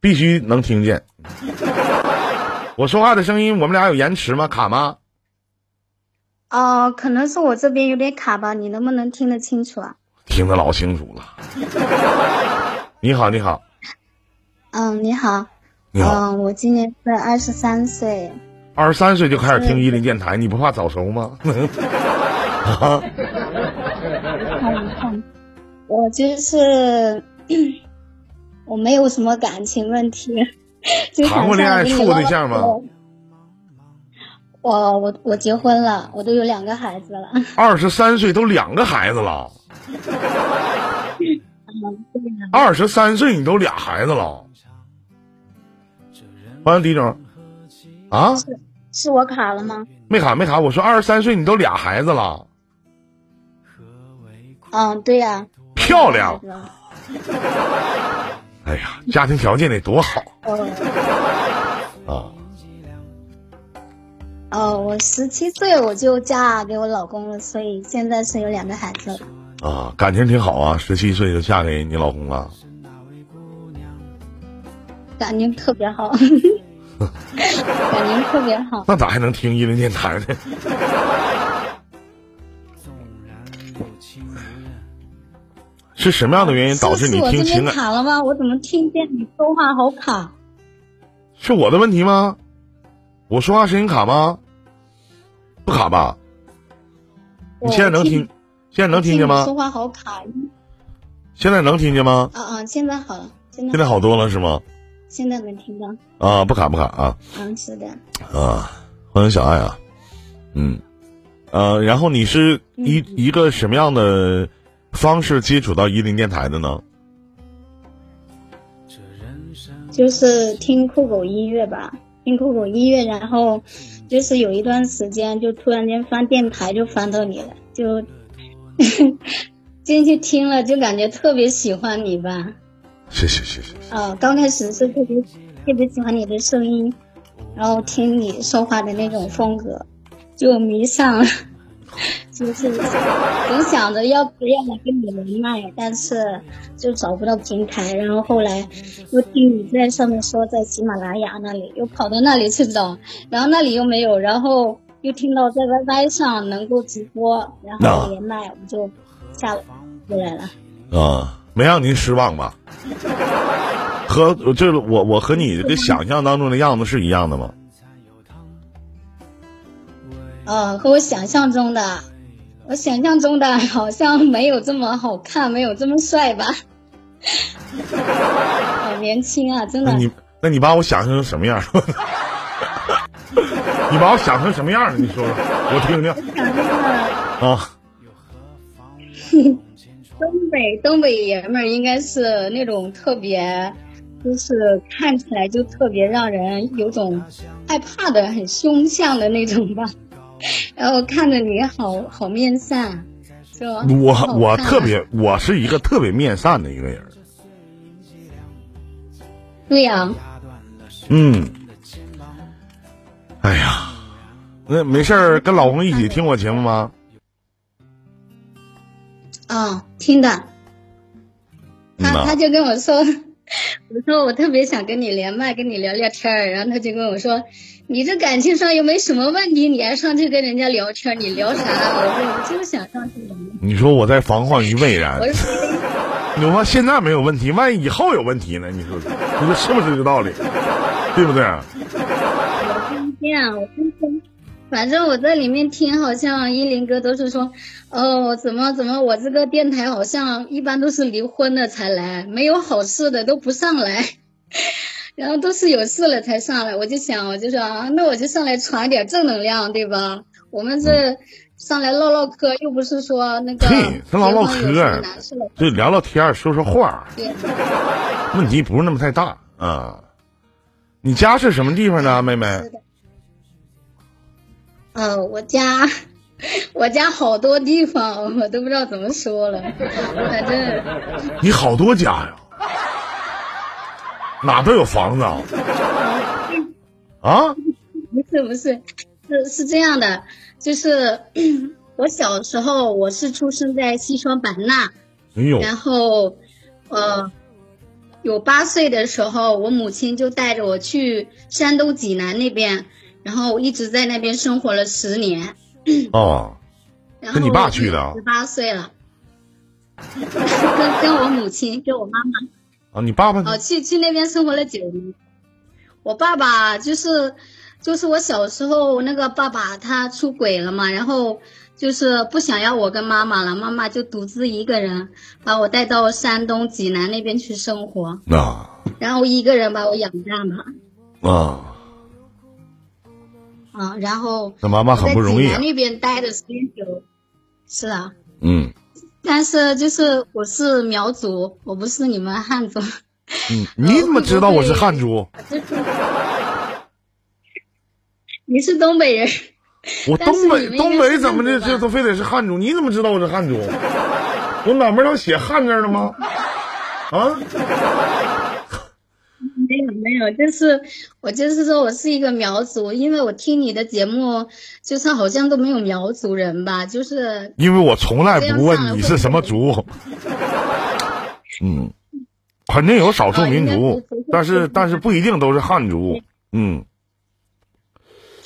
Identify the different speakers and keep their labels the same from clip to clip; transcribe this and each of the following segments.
Speaker 1: 必须能听见。我说话的声音，我们俩有延迟吗？卡吗？
Speaker 2: 哦、可能是我这边有点卡吧，你能不能听得清楚啊？
Speaker 1: 听得老清楚了。你好，你好，
Speaker 2: 嗯，你好，
Speaker 1: 你好，
Speaker 2: 嗯，我今年是二十三岁，
Speaker 1: 二十三岁就开始听伊林电台，你不怕早熟吗？ 啊，
Speaker 2: 看一看，我就是 我没有什么感情问题，就
Speaker 1: 谈过恋爱
Speaker 2: 想
Speaker 1: 处过
Speaker 2: 上
Speaker 1: 对象吗
Speaker 2: 我我我我结婚了，我都有两个孩子了，
Speaker 1: 二十三岁都两个孩子了，
Speaker 2: 对呀
Speaker 1: 二十三岁你都俩孩子了，欢迎迪总，啊，
Speaker 2: 是我卡了吗？
Speaker 1: 没卡没卡，我说二十三岁你都俩孩子了，
Speaker 2: 嗯，对呀、
Speaker 1: 漂亮，哎呀，家庭条件得多好
Speaker 2: 哦
Speaker 1: 啊！
Speaker 2: 哦，我十七岁我就嫁给我老公了，所以现在是有两个孩子了。
Speaker 1: 啊，感情挺好啊，十七岁就嫁给你老公了，
Speaker 2: 感情特别 好，感情特别好。
Speaker 1: 那咋还能听伊林电台呢？是什么样的原因导致你
Speaker 2: 是我这
Speaker 1: 听情
Speaker 2: 边
Speaker 1: 感？
Speaker 2: 卡了吗？我怎么听见你说话好卡？
Speaker 1: 是我的问题吗？我说话声音卡吗？不卡吧？你现在能听？现在能听见
Speaker 2: 你
Speaker 1: 吗
Speaker 2: 说？话好卡。
Speaker 1: 现在能听见吗？
Speaker 2: 啊啊，现在好了，现在
Speaker 1: 现在好多了是吗？
Speaker 2: 现在能听到。
Speaker 1: 啊，不卡不卡啊
Speaker 2: 嗯，是的，
Speaker 1: 啊！欢迎小爱啊，嗯，呃，然后你是
Speaker 2: 嗯
Speaker 1: 一、一个什么样的方式接触到伊林电台的呢？
Speaker 2: 就是听酷狗音乐吧，听酷狗音乐，然后就是有一段时间就突然间翻电台就翻到你了，就 进去听了，就感觉特别喜欢你吧。
Speaker 1: 谢谢谢谢，
Speaker 2: 呃，刚开始是特别特别喜欢你的声音，然后听你说话的那种风格，就迷上了， 就是总想着要不要来跟你连麦，但是就找不到平台，然后后来又听你在上面说在喜马拉雅那里，又跑到那里去找，然后那里又没有，然后又听到在 YY 上能够直播，然后
Speaker 1: 那
Speaker 2: 连麦，我就下了回来了。
Speaker 1: 啊，没让您失望吧？和就是我我和你的想象当中的样子是一样的吗？
Speaker 2: 呃，和我想象中的，我想象中的 好像没有这么好看，没有这么帅吧？ 好年轻啊，真的
Speaker 1: 那。你那你把我想象成什么样？ 你把我想成什么样了？你说说，我听听
Speaker 2: 想那个
Speaker 1: 啊。
Speaker 2: 东北东北爷们儿应该是那种特别，就是看起来就特别让人有种害怕的、很凶相的那种吧。 然后看着你好好面善，就好
Speaker 1: 我
Speaker 2: 看
Speaker 1: 我
Speaker 2: 啊
Speaker 1: 特别，我是一个特别面善的一个人。
Speaker 2: 对呀、
Speaker 1: 嗯，哎呀，那没事儿跟老公一起听我节目吗？
Speaker 2: 啊，听的。
Speaker 1: 嗯呐
Speaker 2: 他他就跟我说， 我说我特别想跟你连麦，跟你聊聊天儿，然后他就跟我说，你这感情上又没什么问题，你还上去跟人家聊天儿，你聊啥？我说我就是想上去聊。
Speaker 1: 你说我在防患于未然
Speaker 2: 我，说
Speaker 1: 你说现在没有问题，万一以后有问题呢？你说，你说是不是这个道理？对不对？啊
Speaker 2: 我不这样，我今天。反正我在里面听，好像依林哥都是说，哦，怎么怎么，我这个电台好像一般都是离婚的才来，没有好事的都不上来。 然后都是有事了才上来，我就想，我就说啊，那我就上来传点正能量，对吧？我们这上来唠唠嗑，又不是说那个
Speaker 1: 嗯嘿咱唠唠嗑
Speaker 2: 结婚有什么难受的
Speaker 1: 就聊聊天儿，说说话儿，
Speaker 2: 对
Speaker 1: 问题不是那么太大啊。你家是什么地方呢，妹妹
Speaker 2: 是？的。嗯，我家我家好多地方，我都不知道怎么说了，反正
Speaker 1: 你好多家呀，哪都有房子啊？
Speaker 2: 嗯
Speaker 1: 啊，
Speaker 2: 不是不是，是是这样的，就是 我小时候
Speaker 1: 哦
Speaker 2: 我是出生在西双版纳，
Speaker 1: 哎呦，
Speaker 2: 然后，呃，有八岁的时候，我母亲就带着我去山东济南那边，然后我一直在那边生活了十年。
Speaker 1: 哦，
Speaker 2: 然后
Speaker 1: 跟你爸去的啊
Speaker 2: 十八岁了， 跟跟我母亲，跟我妈妈。
Speaker 1: 啊，你爸爸
Speaker 2: 哦，去去那边生活了九年。我爸爸就是，就是我小时候那个爸爸他出轨了嘛，然后就是不想要我跟妈妈了，妈妈就独自一个人把我带到山东济南那边去生活，
Speaker 1: 啊
Speaker 2: 然后一个人把我养大嘛，
Speaker 1: 啊，
Speaker 2: 啊，然后
Speaker 1: 那妈妈很不容易
Speaker 2: 在济
Speaker 1: 啊
Speaker 2: 南。那边待的时间久，是啊，
Speaker 1: 嗯，
Speaker 2: 但是就是我是苗族，我不是你们汉族。
Speaker 1: 嗯，你怎么知道我是汉族？
Speaker 2: 你是东北人，
Speaker 1: 我
Speaker 2: 但是
Speaker 1: 东
Speaker 2: 你
Speaker 1: 北
Speaker 2: 们
Speaker 1: 东
Speaker 2: 应该
Speaker 1: 北
Speaker 2: 是
Speaker 1: 怎么的，
Speaker 2: 汉族吧
Speaker 1: 这都非得是汉族？你怎么知道我是 汉族？我脑门上写汉字了吗？啊，
Speaker 2: 没有没有，就是我就是说我是一个苗族，因为我听你的节目，就是好像都没有苗族人吧，就是
Speaker 1: 因为我从来不问你是什么族。嗯，肯定有少数民族，但是但是不一定都是汉族。嗯，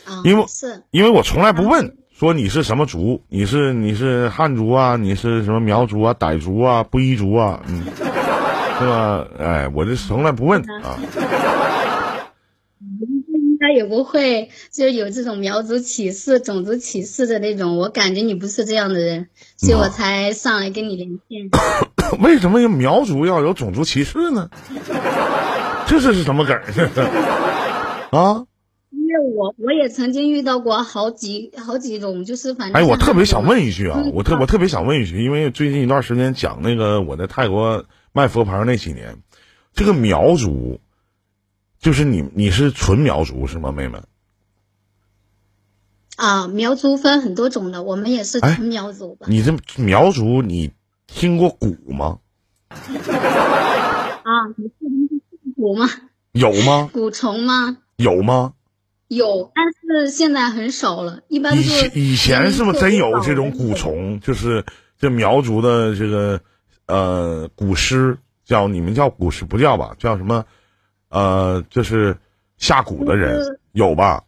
Speaker 2: 啊，
Speaker 1: 因为
Speaker 2: 是
Speaker 1: 因为我从来不问说你是什么族，你是你是汉族啊，你是什么苗族啊、傣族啊、布依族啊，嗯，对吧？哎，我这从来不问啊。
Speaker 2: 应该也不会就是有这种苗族歧视、种族歧视的那种，我感觉你不是这样的人，所以我才上来跟你连线。
Speaker 1: 嗯为什么苗族要有种族歧视呢？这是什么梗儿？ 啊！
Speaker 2: 因为我我也曾经遇到过好几好几种，就是反正
Speaker 1: 哎，我
Speaker 2: 像
Speaker 1: 特别
Speaker 2: 那种
Speaker 1: 想问一句啊
Speaker 2: 嗯，
Speaker 1: 我特我特别想问一句，因为最近一段时间讲那个我在泰国卖佛牌那几年，这个苗族，就是你你是纯苗族是吗，妹妹？
Speaker 2: 啊，苗族分很多种的，我们也是
Speaker 1: 哎
Speaker 2: 纯苗族吧？
Speaker 1: 你这苗族你听过鼓吗？
Speaker 2: 啊，你是蛊吗？
Speaker 1: 有吗？
Speaker 2: 蛊虫吗？
Speaker 1: 有吗？
Speaker 2: 有，但是现在很少了，一般
Speaker 1: 以
Speaker 2: 就
Speaker 1: 前以前是不是真有这种蛊
Speaker 2: 虫？
Speaker 1: 虫？就是这苗族的这个呃蛊师叫你们叫蛊师不叫吧？叫什么？呃，就是下蛊的人
Speaker 2: 嗯
Speaker 1: 有吧？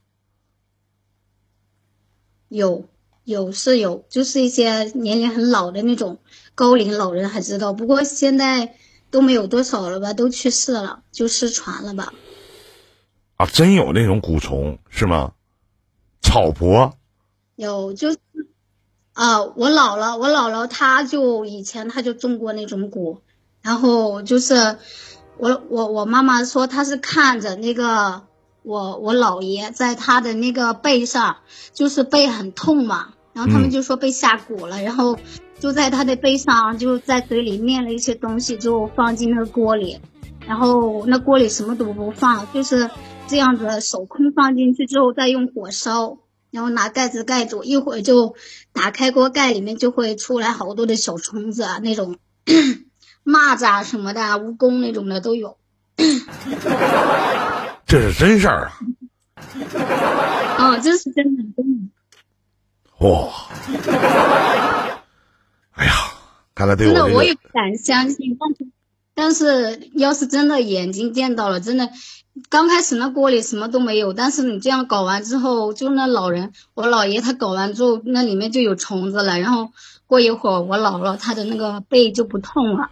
Speaker 2: 有有是有，就是一些年龄很老的那种高龄老人还知道，不过现在都没有多少了吧，都去世了，就失传了吧？
Speaker 1: 啊，真有那种蛊虫是吗？草婆
Speaker 2: 有就是啊，我姥姥，我姥姥她就以前她就种过那种蛊，然后就是我我我妈妈说她是看着那个我我姥爷在他的那个背上，就是背很痛嘛，然后他
Speaker 1: 嗯
Speaker 2: 们就说被下蛊了，然后就在他的背上就在嘴里念了一些东西，之后放进那个锅里，然后那锅里什么都不放，就是这样子手空放进去之后再用火烧。然后拿盖子盖住，一会儿就打开锅盖，里面就会出来好多的小虫子啊，那种 蚂蚱啊什么的啊，蜈蚣那种的都有。
Speaker 1: 这是真事儿啊！
Speaker 2: 啊，这是真的，真
Speaker 1: 哇、 哎呀，看来对
Speaker 2: 的，真
Speaker 1: 我
Speaker 2: 的，
Speaker 1: 这
Speaker 2: 我也
Speaker 1: 个
Speaker 2: 不敢相信。但是，但是要是真的眼睛见到了，真的，刚开始那锅里什么都没有，但是你这样搞完之后，就那老人，我姥爷他搞完之后，那里面就有虫子了。然后过一会儿，我姥姥她的那个背就不痛了。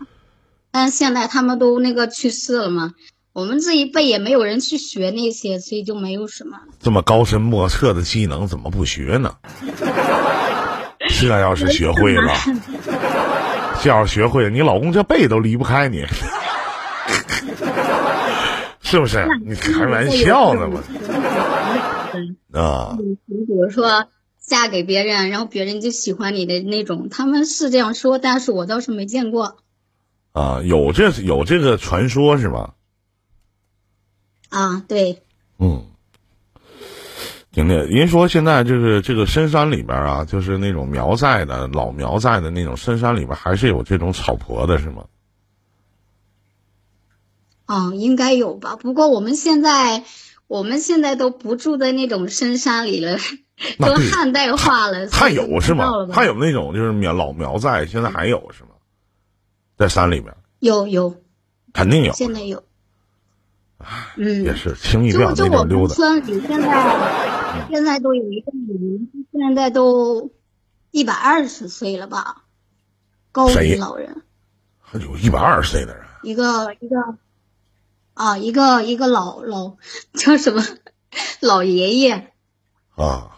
Speaker 2: 但是现在他们都那个去世了嘛，我们这一辈也没有人去学那些，所以就没有什么。
Speaker 1: 这么高深莫测的技能怎么不学呢？这要是学会了，这要是学会了，你老公这辈都离不开你， 是不是？你开玩笑呢吗？啊，
Speaker 2: 你比如说嫁给别人，然后别人就喜欢你的那种，他们是这样说，但是我倒是没见过
Speaker 1: 啊，有这有这个传说是吧？
Speaker 2: 啊。对，
Speaker 1: 嗯，婷婷，您说现在就是这个深山里边啊，就是那种苗寨的老苗寨的那种深山里边，还是有这种草婆的是吗？
Speaker 2: 啊，应该有吧。不过我们现在，我们现在都不住在那种深山里了，
Speaker 1: 那
Speaker 2: 都
Speaker 1: 对
Speaker 2: 汉代化
Speaker 1: 还
Speaker 2: 了。所以就
Speaker 1: 有
Speaker 2: 不
Speaker 1: 是
Speaker 2: 知道
Speaker 1: 吗
Speaker 2: 了？吧
Speaker 1: 还有那种就是苗老苗寨，现在还有是吗？在山里边，
Speaker 2: 有有
Speaker 1: 肯定有，
Speaker 2: 现在有。嗯，
Speaker 1: 也是轻易不
Speaker 2: 就
Speaker 1: 要
Speaker 2: 就
Speaker 1: 那
Speaker 2: 我
Speaker 1: 种溜
Speaker 2: 们
Speaker 1: 达。
Speaker 2: 村里现在 现在都有一个人，现在都一百二十岁了吧，高
Speaker 1: 谁
Speaker 2: 龄老人，
Speaker 1: 还有哎一百二十岁的人，
Speaker 2: 一个一个啊，一个一个老老叫什么老爷爷，
Speaker 1: 啊，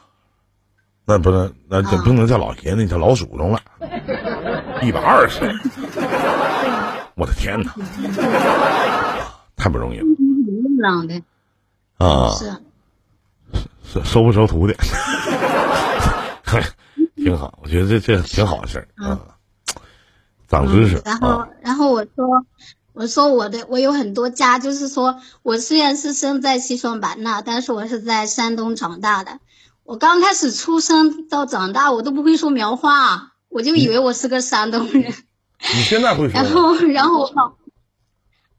Speaker 1: 那不能，那就
Speaker 2: 啊
Speaker 1: 不能叫老爷，那叫老祖宗了，一百二十岁，我的天哪，太不容易了
Speaker 2: 硬朗的，
Speaker 1: 啊！
Speaker 2: 是啊
Speaker 1: 收收不收徒弟， 挺好，我觉得这这挺好的事儿啊，长知识
Speaker 2: 嗯然后
Speaker 1: 啊，，
Speaker 2: 然后我说，我说我的我有很多家，就是说我虽然是生在西双版纳，但是我是在山东长大的。我刚开始出生到长大，我都不会说苗话，啊我就
Speaker 1: 嗯
Speaker 2: 以为我是个山东人。
Speaker 1: 你现在会说
Speaker 2: 然
Speaker 1: 吗
Speaker 2: 后，然后我老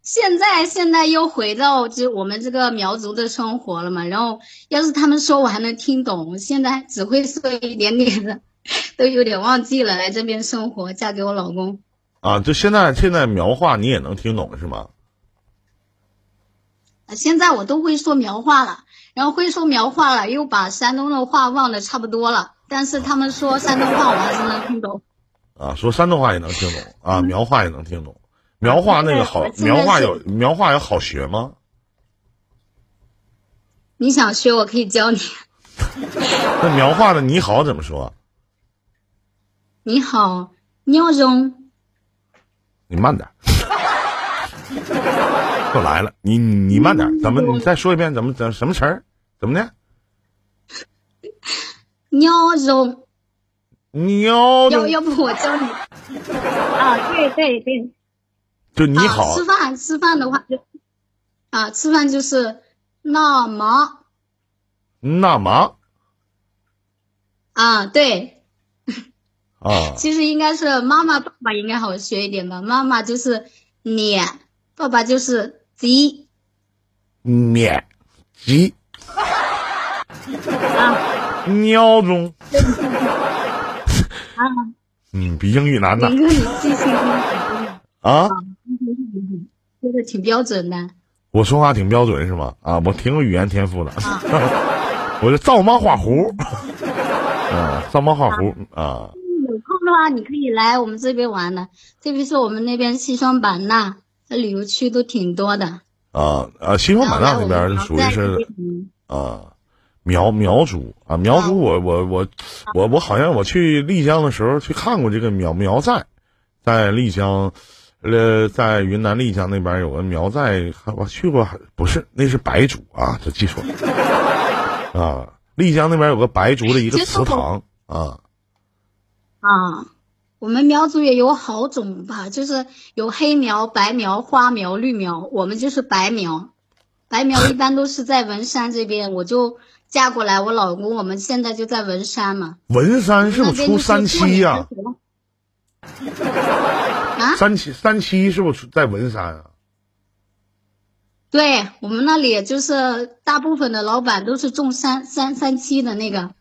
Speaker 2: 现在现在又回到就我们这个苗族的生活了嘛。然后要是他们说我还能听懂，我现在只会说一点点的，都有点忘记了。来这边生活，嫁给我老公。
Speaker 1: 啊？就现在现在描话你也能听懂是吗？
Speaker 2: 啊现在我都会说苗话了，然后会说苗话了，又把山东的话忘得差不多了。但是他们说山东话，我还是能听懂。
Speaker 1: 啊，说山东话也能听懂啊，苗话也能听懂。苗话那个好
Speaker 2: 嗯我，现在
Speaker 1: 苗话
Speaker 2: 是
Speaker 1: 有苗话有好学吗？
Speaker 2: 你想学，我可以教你。
Speaker 1: 那苗话的你好怎么说？
Speaker 2: 你好，妞中，
Speaker 1: 你慢点儿，又来了。你你你慢点儿，怎么你再说一遍？怎么怎什么词儿？怎么的？
Speaker 2: 妞中，
Speaker 1: 喵
Speaker 2: 要
Speaker 1: 就
Speaker 2: 要不我教你。 啊，对对对。
Speaker 1: 就你
Speaker 2: 啊、
Speaker 1: 好
Speaker 2: 吃饭吃饭的话就，啊，吃饭就是那么
Speaker 1: 那嘛
Speaker 2: 啊，对，
Speaker 1: 啊
Speaker 2: 其实应该是妈妈、爸爸应该好学一点吧。妈妈就是你，爸爸就是鸡
Speaker 1: 免急
Speaker 2: 啊。
Speaker 1: 喵中，
Speaker 2: 啊，
Speaker 1: 嗯，比英语难呐
Speaker 2: 林哥，你记性真好，
Speaker 1: 啊！
Speaker 2: 真的挺标准的。
Speaker 1: 我说话挺标准是吗？啊，我挺有语言天赋的，
Speaker 2: 啊
Speaker 1: 我是造猫画虎，啊，造猫画虎啊，
Speaker 2: 有空的话，你可以来我们这边玩的，特别是我们那边西双版纳，它旅游区都挺多的。
Speaker 1: 啊啊！西双版纳那边
Speaker 2: 然后
Speaker 1: 属于
Speaker 2: 哦来我们
Speaker 1: 是
Speaker 2: 苗寨这边
Speaker 1: 啊，苗苗族啊，苗族
Speaker 2: 哦
Speaker 1: 我，我我我我好像我去丽江的时候去看过这个苗苗寨，在丽江，呃，在云南丽江那边有个苗寨，我去过，不是，那是白族啊，这记错了啊，丽江那边有个白族的一个
Speaker 2: 其实
Speaker 1: 祠
Speaker 2: 我
Speaker 1: 堂啊，
Speaker 2: 啊。我们苗族也有好种吧，就是有黑苗、白苗、花苗、绿苗，我们就是白苗。白 苗一般都是在文山这边，我就嫁过来，我老公我们现在就在文山嘛。
Speaker 1: 文山是不
Speaker 2: 那
Speaker 1: 是
Speaker 2: 边就
Speaker 1: 出
Speaker 2: 是
Speaker 1: 山
Speaker 2: 过
Speaker 1: 西
Speaker 2: 年
Speaker 1: 呀、
Speaker 2: 的时候啊
Speaker 1: 山西山西是不是出在文山啊？
Speaker 2: 对我们那里就是大部分的老板都是种三三三七的那个，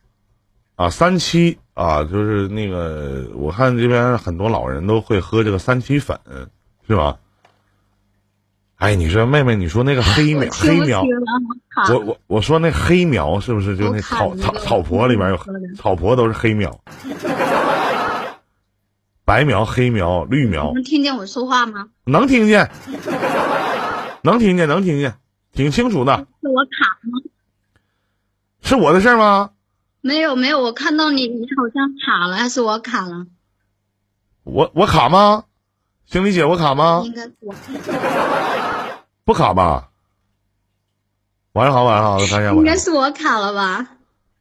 Speaker 1: 啊，三七啊，就是那个，我看这边很多老人都会喝这个三七粉，是吧？哎，你说妹妹，你说那个黑
Speaker 2: 我
Speaker 1: 苗，
Speaker 2: 听
Speaker 1: 黑
Speaker 2: 不清
Speaker 1: 苗，
Speaker 2: 了，好卡
Speaker 1: 我我我说那黑苗是不是就
Speaker 2: 我
Speaker 1: 那
Speaker 2: 看
Speaker 1: 草
Speaker 2: 一
Speaker 1: 草
Speaker 2: 个嗯
Speaker 1: 草婆里边有
Speaker 2: 我看
Speaker 1: 草婆都是黑苗，白苗、黑苗、绿苗，
Speaker 2: 能听见我说话吗？
Speaker 1: 能听见，能听见，能听见，挺清楚的，
Speaker 2: 是我卡吗？
Speaker 1: 是我的事儿吗？
Speaker 2: 没有没有，我看到你，你好像卡了，还是我卡了？
Speaker 1: 我我卡吗？经理姐，我卡吗？
Speaker 2: 应该是我
Speaker 1: 不卡吧？晚上好，晚上好，大家
Speaker 2: 应
Speaker 1: 晚
Speaker 2: 该
Speaker 1: 上
Speaker 2: 是我卡了吧？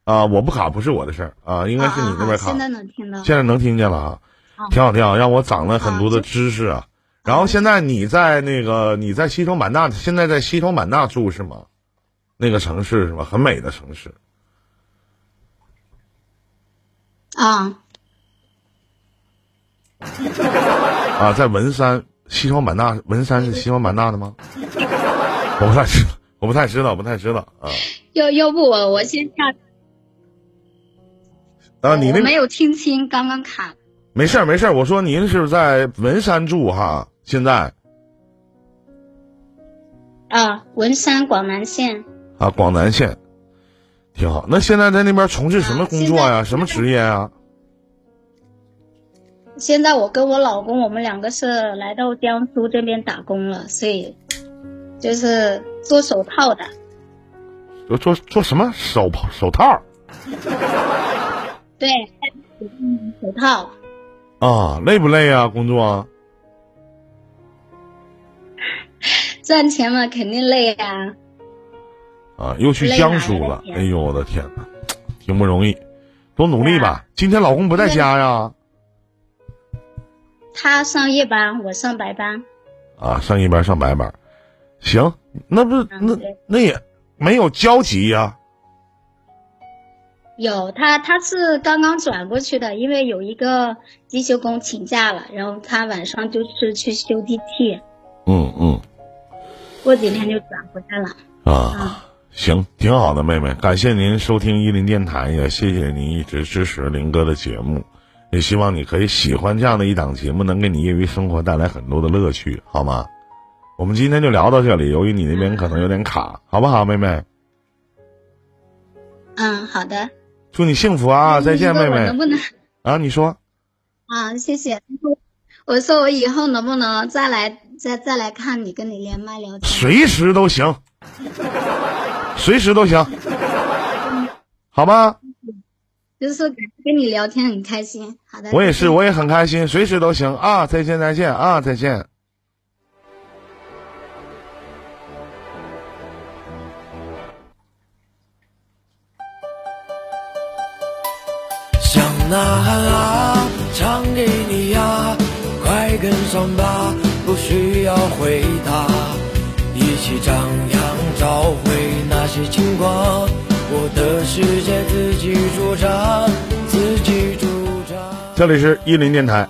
Speaker 1: 好啊！我不卡不是我的事儿啊，应
Speaker 2: 应
Speaker 1: 该是你那边卡。
Speaker 2: 现在能听到。
Speaker 1: 现在能听见了啊，
Speaker 2: 啊
Speaker 1: 挺好挺好，让我长了很多的
Speaker 2: 啊
Speaker 1: 知识啊。然后现在你在那个你在西双版纳，现在在西双版纳住是吗？那个城市是吧？很美的城市
Speaker 2: 啊，
Speaker 1: 啊，在文山，西双版纳，文山是西双版纳的 吗？我不太知，我不太知道，不太知道啊。
Speaker 2: 要要不我我先下。
Speaker 1: 啊，你那
Speaker 2: 我
Speaker 1: 边
Speaker 2: 没有听清，刚刚卡。
Speaker 1: 没事儿没事儿，我说您是在文山住哈，现在
Speaker 2: 啊，文山广南县
Speaker 1: 啊，广南县，挺好。那现在在那边从事什么工作呀？
Speaker 2: 啊现在
Speaker 1: 什么职业呀？
Speaker 2: 现在我跟我老公，我们两个是来到江苏这边打工了，所以就是做手套的，
Speaker 1: 就做做什么手手套
Speaker 2: 对，嗯，手套
Speaker 1: 啊？累不累啊？工作啊？
Speaker 2: 赚钱嘛，肯定累啊。
Speaker 1: 啊，又去江苏了。
Speaker 2: 累哪儿啊
Speaker 1: 哎呦，我的天呐，挺不容易，多努力
Speaker 2: 对啊
Speaker 1: 吧。今天老公不在家呀？
Speaker 2: 他上夜班，我上白班，
Speaker 1: 啊，上一班上白班，行，那不
Speaker 2: 嗯
Speaker 1: 那
Speaker 2: 对
Speaker 1: 那也没有交集呀、
Speaker 2: 有他，他是刚刚转过去的，因为有一个机修工请假了，然后他晚上就是去修机器，
Speaker 1: 嗯嗯
Speaker 2: 过几天就转回来了。嗯
Speaker 1: 啊，行，挺好的，妹妹，感谢您收听伊林电台，也谢谢您一直支持林哥的节目，也希望你可以喜欢这样的一档节目，能给你业余生活带来很多的乐趣，好吗？我们今天就聊到这里，由于你那边可能有点卡，好不好，妹妹？
Speaker 2: 嗯，好的。
Speaker 1: 祝你幸福啊！再见，
Speaker 2: 你
Speaker 1: 妹
Speaker 2: 嗯说我能
Speaker 1: 妹
Speaker 2: 不能
Speaker 1: 啊！你说
Speaker 2: 啊？谢谢。我说我以后能不能再来再再来看你，跟你连麦聊天？
Speaker 1: 随时都行，随时都行，好吗？
Speaker 2: 就是说跟你聊天很开心。好的。
Speaker 1: 我也
Speaker 2: 再
Speaker 1: 是，
Speaker 2: 见
Speaker 1: 我也很开心，随时都行啊！再见，再见啊！再见。
Speaker 3: 想呐喊啊，唱给你呀、快跟上吧，不需要回答，一起张扬，找回那些轻狂，我的世界自己主张，自己主张。
Speaker 1: 这里是伊林电台，